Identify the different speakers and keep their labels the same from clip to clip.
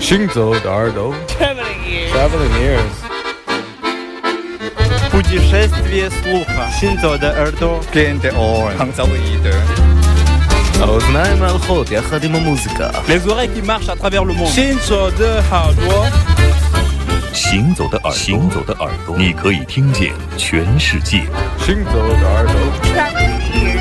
Speaker 1: 行走的耳朵
Speaker 2: Traveling ears.
Speaker 1: ，Traveling ears，
Speaker 3: Путешествие слуха. Синцо де Эрдо.
Speaker 4: Gente oren.
Speaker 5: Hang cały idę.
Speaker 4: האוזניים הלכות יחד עם המוזיקה.
Speaker 3: Les oreilles qui marchent à travers le monde.
Speaker 2: 行走的好多，
Speaker 6: 行走的耳朵，行走的耳朵，你可以听见全世界。
Speaker 1: 行走的耳朵。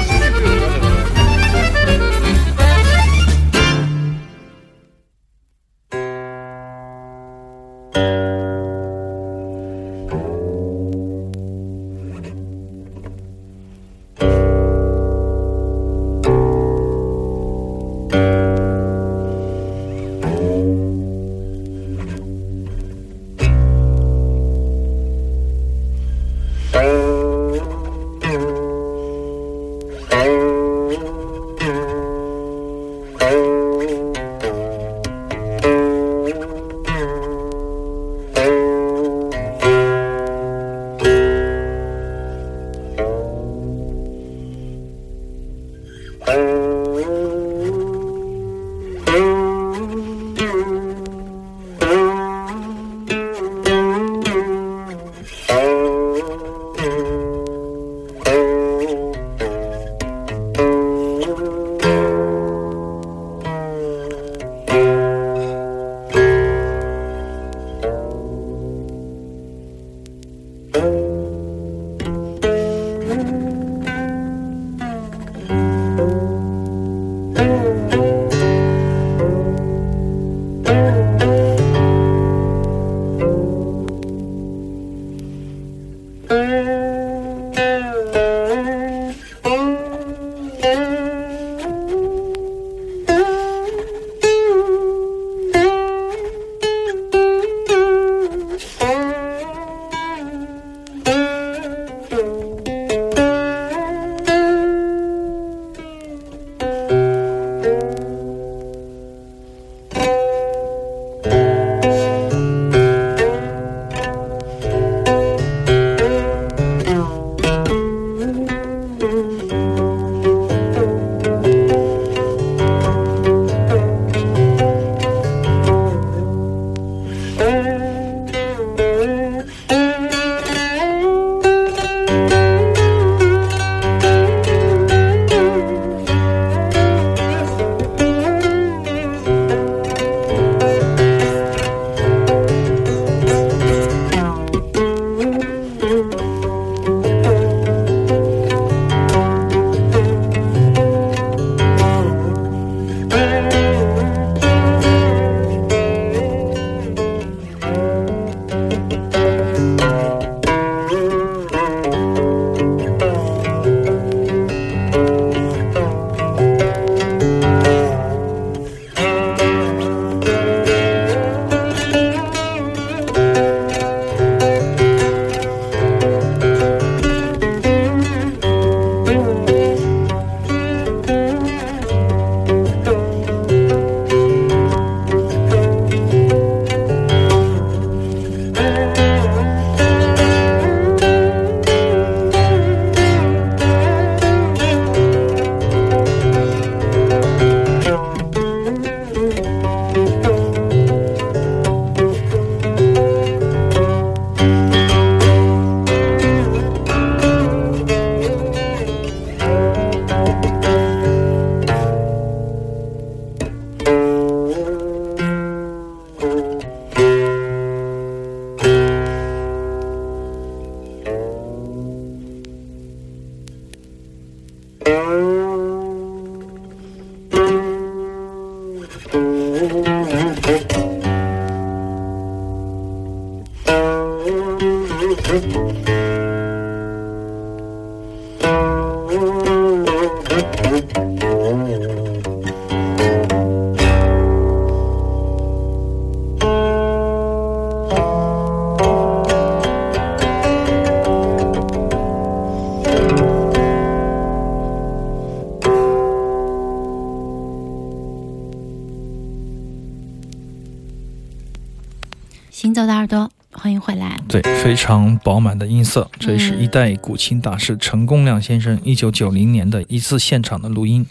Speaker 7: 行走的耳朵，
Speaker 8: 欢迎回来。
Speaker 9: 对，非常饱满的音
Speaker 8: 嗯
Speaker 9: 色，这是一代古琴大师陈公亮先生一九九零年的一次现场的录音。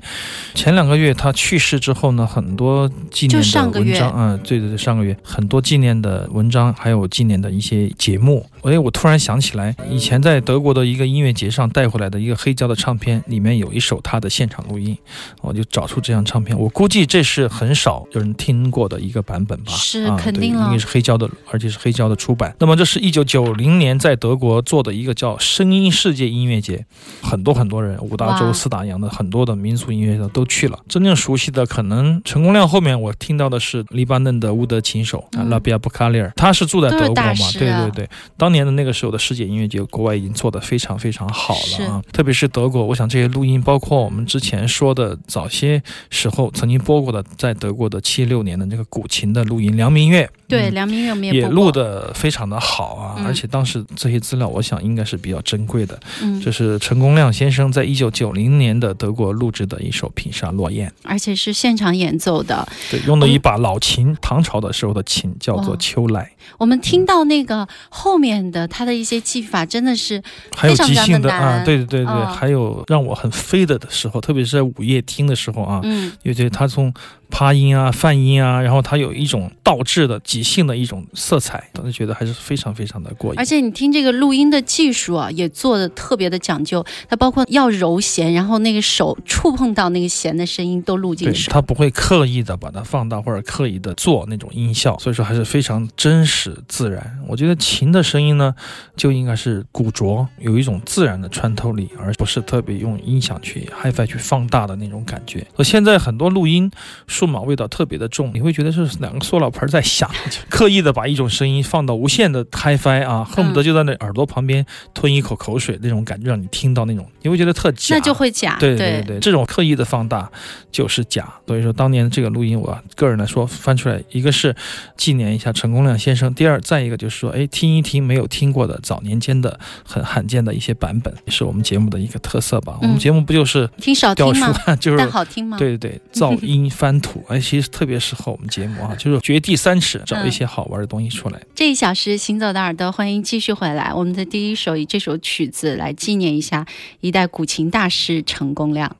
Speaker 9: 前两个月他去世之后呢，很多纪念
Speaker 8: 就上
Speaker 9: 的
Speaker 8: 个
Speaker 9: 文
Speaker 8: 月
Speaker 9: 章，啊，对对对，上个月很多纪念的文章，还有纪念的一些节目。哎，我突然想起来，以前在德国的一个音乐节上带回来的一个黑胶的唱片，里面有一首他的现场录音，我就找出这张唱片。我估计这是很少有人听过的一个版本吧，
Speaker 8: 是
Speaker 9: 啊、
Speaker 8: 肯
Speaker 9: 对
Speaker 8: 定了
Speaker 9: 因为是黑胶的，而且是黑胶的出版。那么这是一九九零年在德国做的一个叫“声音世界音乐节”，很多很多人，五大
Speaker 8: 哇
Speaker 9: 洲、四大洋的很多的民俗音乐家都去了。真正熟悉的可能陈功亮后面我听到的是黎巴嫩的乌德琴手啊
Speaker 8: 嗯
Speaker 9: 拉比亚布卡利尔，他是住在
Speaker 8: 都是
Speaker 9: 德国
Speaker 8: 大
Speaker 9: 嘛？
Speaker 8: 师
Speaker 9: 对
Speaker 8: 啊
Speaker 9: 对对，当年的那个时候的世界音乐节，国外已经做得非常非常好
Speaker 8: 是
Speaker 9: 了啊，特别是德国，我想这些录音，包括我们之前说的早些时候曾经播过的，在德国的七六年的那个古琴的录音，梁明月
Speaker 8: 对，
Speaker 9: 嗯
Speaker 8: 梁明月我们
Speaker 9: 也
Speaker 8: 播过
Speaker 9: 录，的非常的好啊，
Speaker 8: 嗯
Speaker 9: 而且当时这些资料，我想应该是比较珍贵的。
Speaker 8: 嗯
Speaker 9: 这，是陈功亮先生在一九九零年的德国录制的一首《平沙落雁
Speaker 8: 而且是现场演奏的。》，
Speaker 9: 对，用的一把老琴，唐朝的时候的琴，叫做
Speaker 8: 哦哇
Speaker 9: 秋来，
Speaker 8: 我们听到那个后面的他的一些技法，真的是
Speaker 9: 还有
Speaker 8: 非常
Speaker 9: 即兴
Speaker 8: 非
Speaker 9: 的
Speaker 8: 常难
Speaker 9: 啊，对对对对，
Speaker 8: 嗯
Speaker 9: 还有让我很飞的的时候，特别是在午夜听的时候啊，
Speaker 8: 嗯，
Speaker 9: 乐队它从趴音啊、泛音啊，然后它有一种倒置的即兴的一种色彩，当时觉得还是非常非常的过瘾
Speaker 8: 而。且你听这个录音的技术啊，也做的特别的讲究，它包括要揉弦，然后那个手触碰到那个弦的声音都录
Speaker 9: 对
Speaker 8: 进，手。
Speaker 9: 它不会刻意的把它放大或者刻意的做那种音效，所以说还是非常真实自然。我觉得琴的声音呢，就应该是古拙，有一种自然的穿透力，而不是特别用音响去 HiFi 去放大的那种感觉。所以现在很多录音数码味道特别的重，你会觉得是两个塑料盆在响，就刻意的把一种声音放到无限的 HiFi 啊，恨
Speaker 8: 嗯
Speaker 9: 不得就在那耳朵旁边吞一口口水那种感觉，让你听到那种，你会觉得特假。
Speaker 8: 那就会假，
Speaker 9: 对对对，这种刻意的放大就是假。所以说，当年这个录音，我个人来说翻出来，一个是纪念一下陈功亮先生，第二，再一个就是说，哎，听一听没有听过的早年间的很罕见的一些版本，也是我们节目的一个特色吧。我们节目不就是
Speaker 8: 听少嗯哦听
Speaker 9: 雕塑
Speaker 8: 吗？，
Speaker 9: 就是
Speaker 8: 但好听吗？嗯
Speaker 9: 对对对，噪音翻土，哎，其实特别适合我们节目啊，就是掘地三
Speaker 8: 嗯
Speaker 9: 尺，找一些好玩的东西出来。
Speaker 8: 这一小时行走的耳朵，欢迎继续回来。我们的第一首以这首曲子来纪念一下一代古琴大师陈功亮。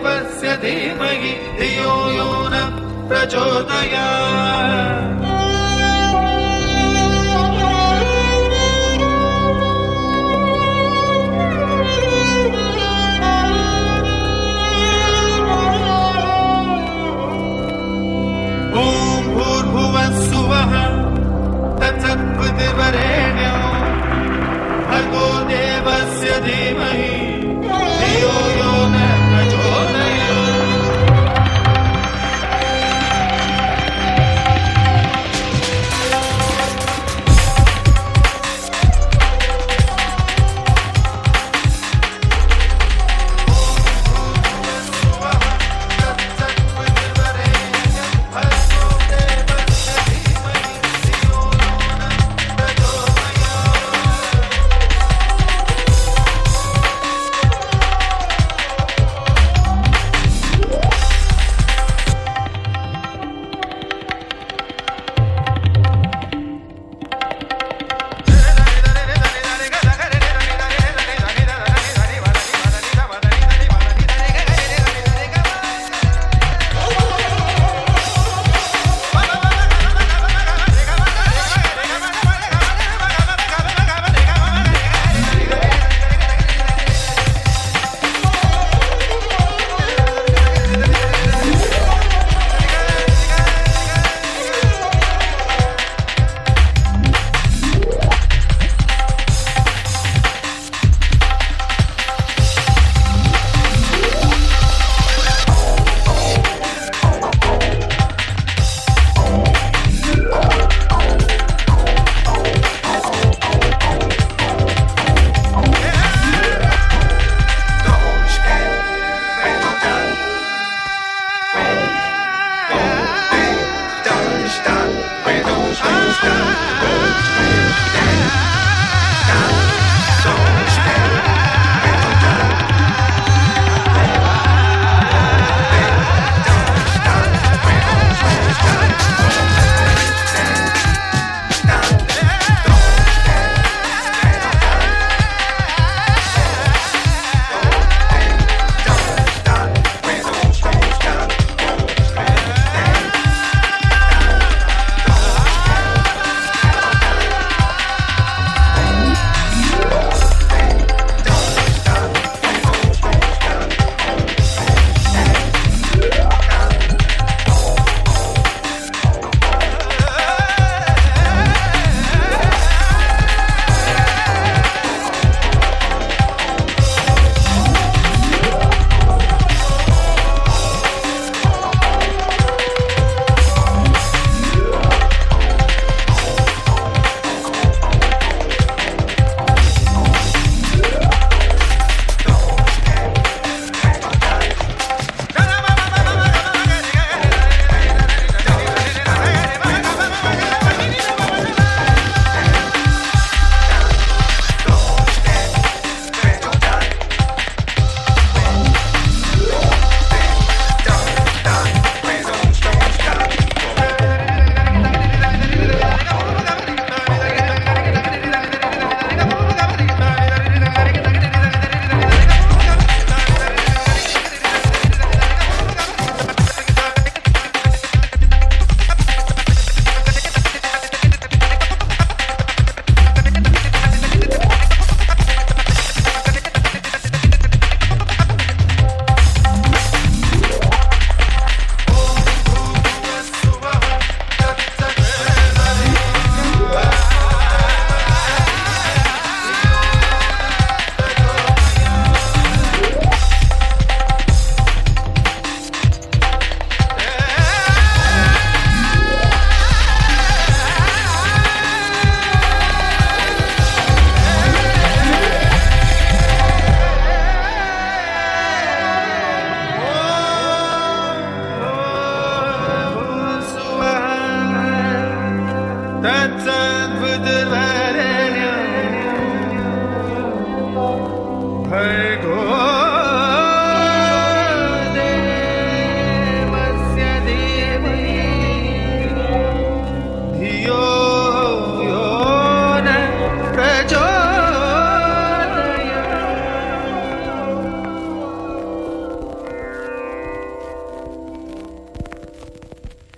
Speaker 7: धीमहि धियो यो न प्रचोदयात् ॐ भूर्भुवः सुवः तत्सत्कृतिवरेण्यं भगो देवस्य धीमहि धियो यो न प्रचोदयात्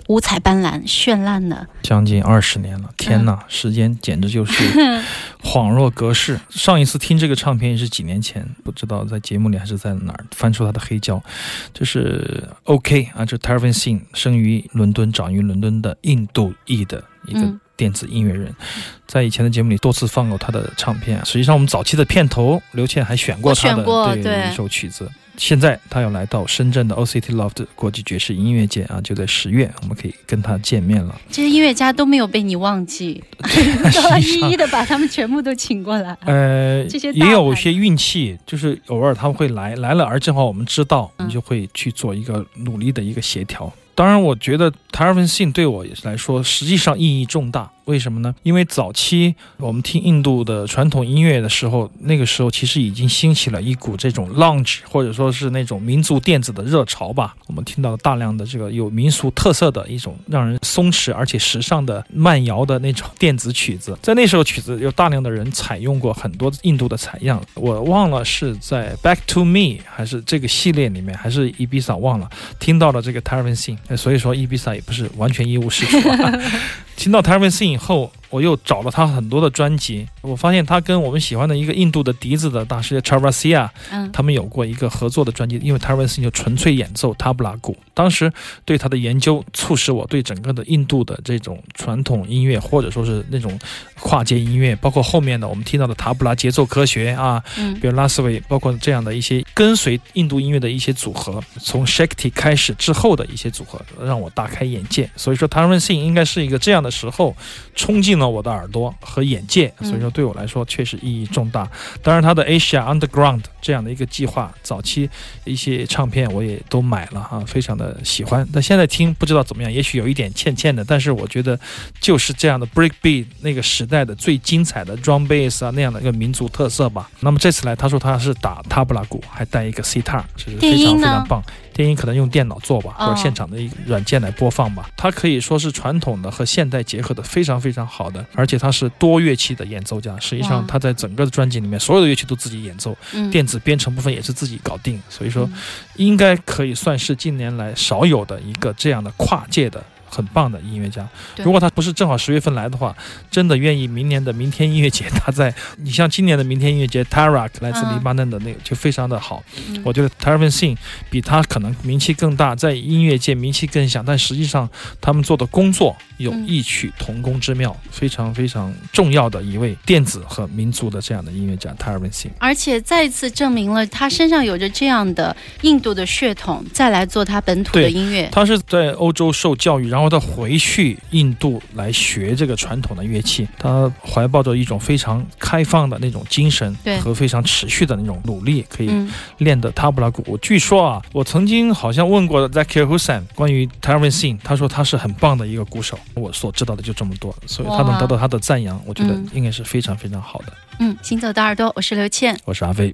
Speaker 8: 五彩斑斓、绚烂的，
Speaker 9: 将近二十年
Speaker 8: 嗯
Speaker 9: 了，天呐，时间简直就是 恍若隔世。上一次听这个唱片也是几年前，不知道在节目里还是在哪儿翻出他的黑胶，这是 OK 啊，这 t e r v i n Singh 生于伦敦，长于伦敦的印度裔的一个
Speaker 8: 嗯
Speaker 9: 电子音乐人，在以前的节目里多次放过他的唱片啊。实际上，我们早期的片头，刘倩还选过
Speaker 8: 我
Speaker 9: 他的
Speaker 8: 选过对
Speaker 9: 一首曲子。现在他要来到深圳的 OCT Loft 国际爵士音乐节啊，就在十月，我们可以跟他见面了。
Speaker 8: 这些音乐家都没有被你忘记， 都要一一的把他们全部都请过 来。
Speaker 9: 呃，
Speaker 8: 这些大
Speaker 9: 也有
Speaker 8: 牌
Speaker 9: 一些运气，就是偶尔他们会来，来了而正好我们知道，我
Speaker 8: 嗯
Speaker 9: 们就会去做一个努力的一个协调。当然，我觉得台尔文信对我也是来说，实际上意义重大。为什么呢？因为早期我们听印度的传统音乐的时候，那个时候其实已经兴起了一股这种 lounge 或者说是那种民族电子的热潮吧。我们听到了大量的这个有民俗特色的一种让人松弛而且时尚的慢摇的那种电子曲子，在那时候曲子有大量的人采用过很多印度的采样，我忘了是在 Back to Me 还是这个系列里面，还是 Ibiza 忘了听到了这个 t a r v i n Singh，呃所以说 Ibiza 也不是完全一无是处啊。听到 t a r v i n Singh 以后，我又找了他很多的专辑，我发现他跟我们喜欢的一个印度的笛子的大师 Travasia，
Speaker 8: 嗯，
Speaker 9: 他们有过一个合作的专辑，因为 t a r v i n Singh 就纯粹演奏塔布拉鼓。当时对他的研究，促使我对整个的印度的这种传统音乐，或者说是那种跨界音乐，包括后面的我们听到的塔布拉节奏科学啊，
Speaker 8: 嗯
Speaker 9: 比如拉斯维，包括这样的一些跟随印度音乐的一些组合，从 Shakti 开始之后的一些组合，让我大开眼界。所以说 t a r v i n Singh 应该是一个这样的时候，冲进了我的耳朵和眼界，
Speaker 8: 嗯
Speaker 9: 所以说对我来说确实意义重大。当然，他的 Asia Underground 这样的一个计划。早期一些唱片我也都买了哈、非常的喜欢。但现在听不知道怎么样，也许有一点欠欠的，但是我觉得就是这样的 breakbeat 那个时代的最精彩的 drum bass 啊那样的一个民族特色吧。那么这次来，他说他是打塔布拉鼓，还带一个 C 塔，这是非
Speaker 8: 电
Speaker 9: 常
Speaker 8: 音
Speaker 9: 非
Speaker 8: 呢
Speaker 9: 常棒。电音可能用电脑做吧，
Speaker 8: 哦
Speaker 9: 或者现场的一个软件来播放吧。它可以说是传统的和现代结合的非常非常好的，而且他是多乐器的演奏家。实际
Speaker 8: 哇
Speaker 9: 上他在整个的专辑里面，所有的乐器都自己演奏，
Speaker 8: 嗯，
Speaker 9: 电子编程部分也是自己搞定。所以说
Speaker 8: 嗯，
Speaker 9: 应该可以算是近年来少有的一个这样的跨界的。很棒的音乐家，
Speaker 8: 对
Speaker 9: 如果他不是正好十月份来的话，真的愿意明年的明天音乐节，他在你像今年的明天音乐节，Tarak 来自黎巴嫩的那个就非常的好，
Speaker 8: 嗯
Speaker 9: 我觉得 t e r v i n Singh 比他可能名气更大，在音乐界名气更响，但实际上他们做的工作有
Speaker 8: 嗯
Speaker 9: 异曲同工之妙，非常非常重要的一位电子和民族的这样的音乐家 t e r v i n Singh。
Speaker 8: 而且再次证明了他身上有着这样的印度的血统，再来做他本土的
Speaker 9: 对
Speaker 8: 音乐。
Speaker 9: 他是在欧洲受教育，然后他回去印度来学这个传统的乐器。他怀抱着一种非常开放的那种精神
Speaker 8: 对
Speaker 9: 和非常持续的那种努力，可以
Speaker 8: 嗯，
Speaker 9: 练的塔布拉鼓。据说啊，我曾经好像问过 Zakir Hussain 关于 t e r v i n Singh，他说他是很棒的一个鼓手。我所知道的就这么多，所以他能
Speaker 8: 哇
Speaker 9: 得到他的赞扬，我觉得
Speaker 8: 嗯
Speaker 9: 应该是非常非常好的。
Speaker 8: 嗯，行走的耳朵，我是刘倩。
Speaker 9: 我是阿飞。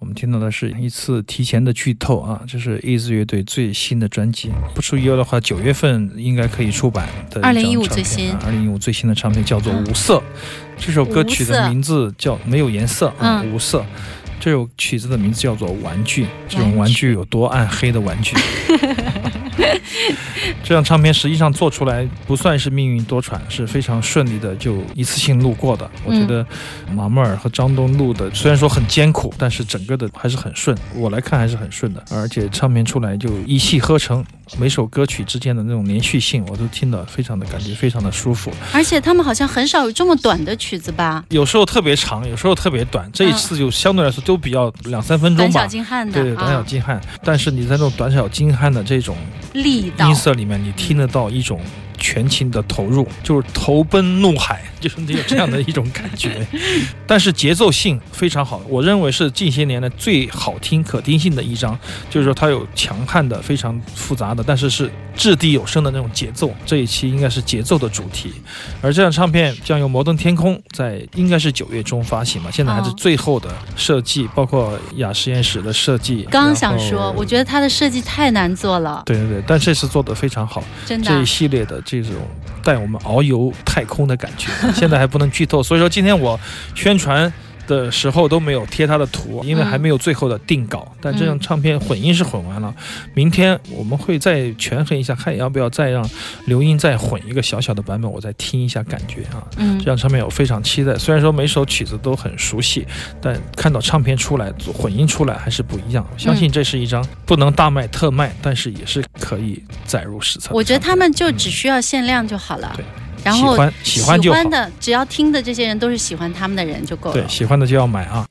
Speaker 9: 我们听到的是一次提前的剧透啊，这是 Is 乐队最新的专辑，不出意外的话，九月份应该可以出版的
Speaker 8: 2015最新
Speaker 9: 啊二零一五最新的唱片叫做《无色》，这首歌曲
Speaker 8: 无
Speaker 9: 的
Speaker 8: 色
Speaker 9: 名字叫《没有颜色》啊，
Speaker 8: 嗯
Speaker 9: 无色。这首曲子的名字叫做《玩具》，这种
Speaker 8: 玩
Speaker 9: 玩
Speaker 8: 具
Speaker 9: 具有多暗黑的玩具。这张唱片实际上做出来不算是命运多舛，是非常顺利的，就一次性路过的。我觉得
Speaker 8: 嗯
Speaker 9: 马木尔和张东录的虽然说很艰苦，但是整个的还是很顺，我来看还是很顺的，而且唱片出来就一气呵成。每首歌曲之间的那种连续性，我都听得非常的感觉非常的舒服。
Speaker 8: 而且他们好像很少有这么短的曲子吧？
Speaker 9: 有时候特别长，有时候特别短，这一次就相对来说都比较两三分钟
Speaker 8: 短小
Speaker 9: 吧。
Speaker 8: 精悍的
Speaker 9: 对对，短小
Speaker 8: 啊，
Speaker 9: 精悍。但是你在那种短小精悍的这种
Speaker 8: 力道
Speaker 9: 音色里面，你听得到一种全情的投入， 就是投奔怒海， 就是你有这样的一种感觉。 但是节奏性非常好，我认为是近些年来最好听、可听性的一张，就是说它有强悍的、非常复杂的，但是是掷地有声的那种节奏。这一期应该是节奏的主题，而这张唱片将由摩登天空在应该是九月中发行嘛，现在还是
Speaker 8: 哦
Speaker 9: 最后的设计，包括雅实验室的设计。
Speaker 8: 刚
Speaker 9: 然
Speaker 8: 想
Speaker 9: 后
Speaker 8: 说，我觉得它的设计太难做了，
Speaker 9: 对对对，但这次做得非常好，
Speaker 8: 真的
Speaker 9: 这一系列的这种带我们遨游太空的感 觉，现在还不能剧透，所以说今天我宣传。的时候都没有贴它的图，因为
Speaker 8: 嗯
Speaker 9: 还没有最后的定稿。但这张
Speaker 8: 嗯
Speaker 9: 唱片混音是混完了，明天我们会再权衡一下，看要不要再让刘英再混一个小小的版本，我再听一下感觉啊。
Speaker 8: 嗯
Speaker 9: 这张唱片我非常期待，虽然说每首曲子都很熟悉，但看到唱片出来、混音出来还是不一样。我相
Speaker 8: 嗯
Speaker 9: 信这是一张不能大卖特卖，但是也是可以载入史册的唱片。
Speaker 8: 我觉得他们就只需要限量就好了
Speaker 9: 嗯对，
Speaker 8: 然后
Speaker 9: 喜欢喜欢就好，
Speaker 8: 的，只要听的这些人都是喜欢他们的人就够
Speaker 9: 对
Speaker 8: 了。
Speaker 9: 喜欢的就要买啊。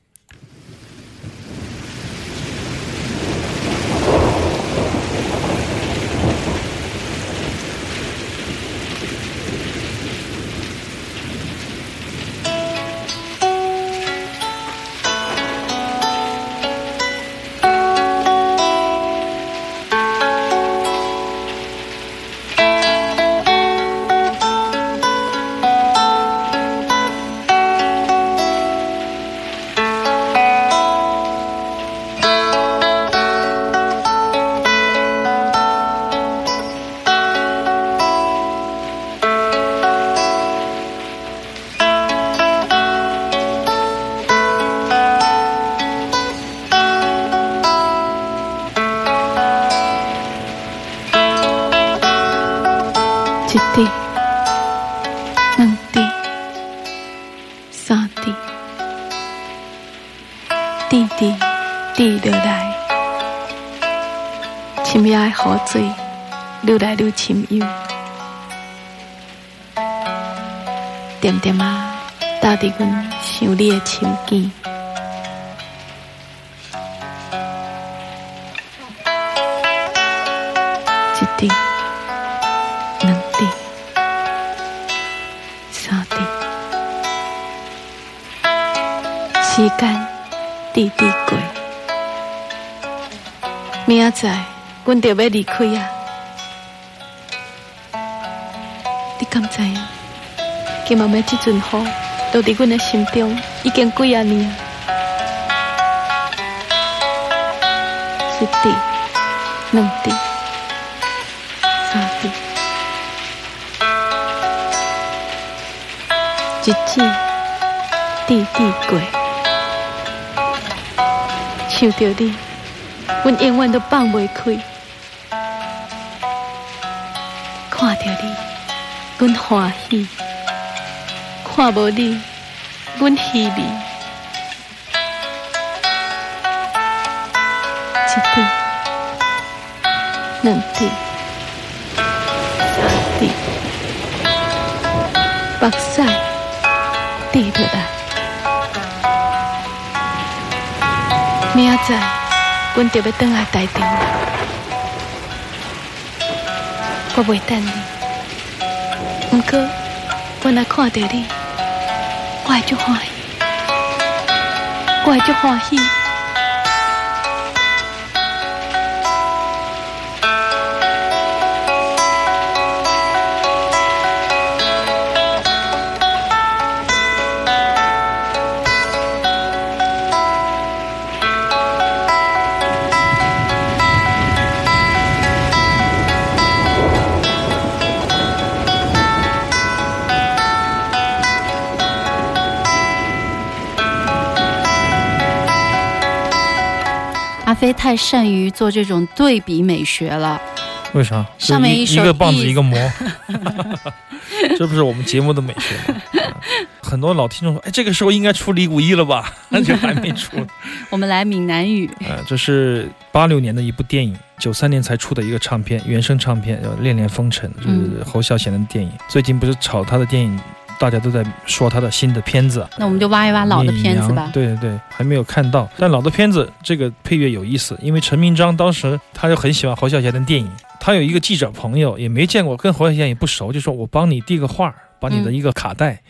Speaker 10: చిత్తి శాంతి శాంతి弟弟，弟得来，深夜的雨水愈来愈深幽，点点啊，搭伫阮想你的心间。一滴，两滴，三滴，时间滴滴过，明仔载阮就要离开啊！你敢知影？今晚要即阵雨，都伫阮的心中已经几啊年啊！啊一滴，两滴，三滴。一指滴滴过，想着你，阮永远都放袂开。看着你，阮欢喜；看无你，阮稀微。一滴，两滴，三滴。目屎滴落来。明仔载，阮就要倒来台中了。我袂等你，不过我若看到你，我会足欢喜，我会足欢喜。
Speaker 8: 阿飞太善于做这种对比美学了，
Speaker 9: 为啥？
Speaker 8: 上面
Speaker 9: 就
Speaker 8: 一
Speaker 9: 一
Speaker 8: 首
Speaker 9: 个棒子
Speaker 8: 一
Speaker 9: 一个魔，这不是我们节目的美学吗？啊 很多老听众说，哎，这个时候应该出李谷一了吧？ 那就还没 出。
Speaker 8: 我们来闽南语，
Speaker 9: 呃，这是八六年的一部电影，九三年才出的一个唱片，原声唱片叫《恋恋风尘》，就是
Speaker 8: 嗯
Speaker 9: 侯孝贤的电影。最近不是炒他的电影，大家都在说他的新的片子。
Speaker 8: 那我们就挖一挖老的片子
Speaker 9: 聂
Speaker 8: 吧
Speaker 9: 阳。对对对，还没有看到。但老的片子这个配乐有意思，因为陈明章当时他就很喜欢侯孝贤的电影，他有一个记者朋友也没见过，跟侯孝贤也不熟，就说我帮你递个画儿，把你的
Speaker 8: 嗯
Speaker 9: 一个卡带。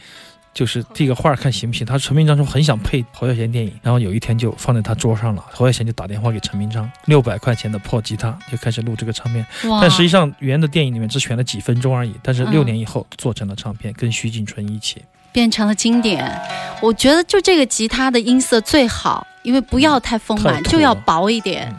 Speaker 9: 就是递个画儿看行不行？他陈明章说很想配侯孝贤电影，然后有一天就放在他桌上了。侯孝贤就打电话给陈明章，六百块钱的破吉他就开始录这个唱片。
Speaker 8: 哇，
Speaker 9: 但实际上原的电影里面只选了几分钟而已，但是
Speaker 8: 嗯
Speaker 9: 六年以后做成了唱片，跟徐锦纯一起。
Speaker 8: 变成了经典。我觉得就这个吉他的音色最好，因为不要太丰满，
Speaker 9: 太土
Speaker 8: 就要
Speaker 9: 了
Speaker 8: 薄一点
Speaker 9: 嗯。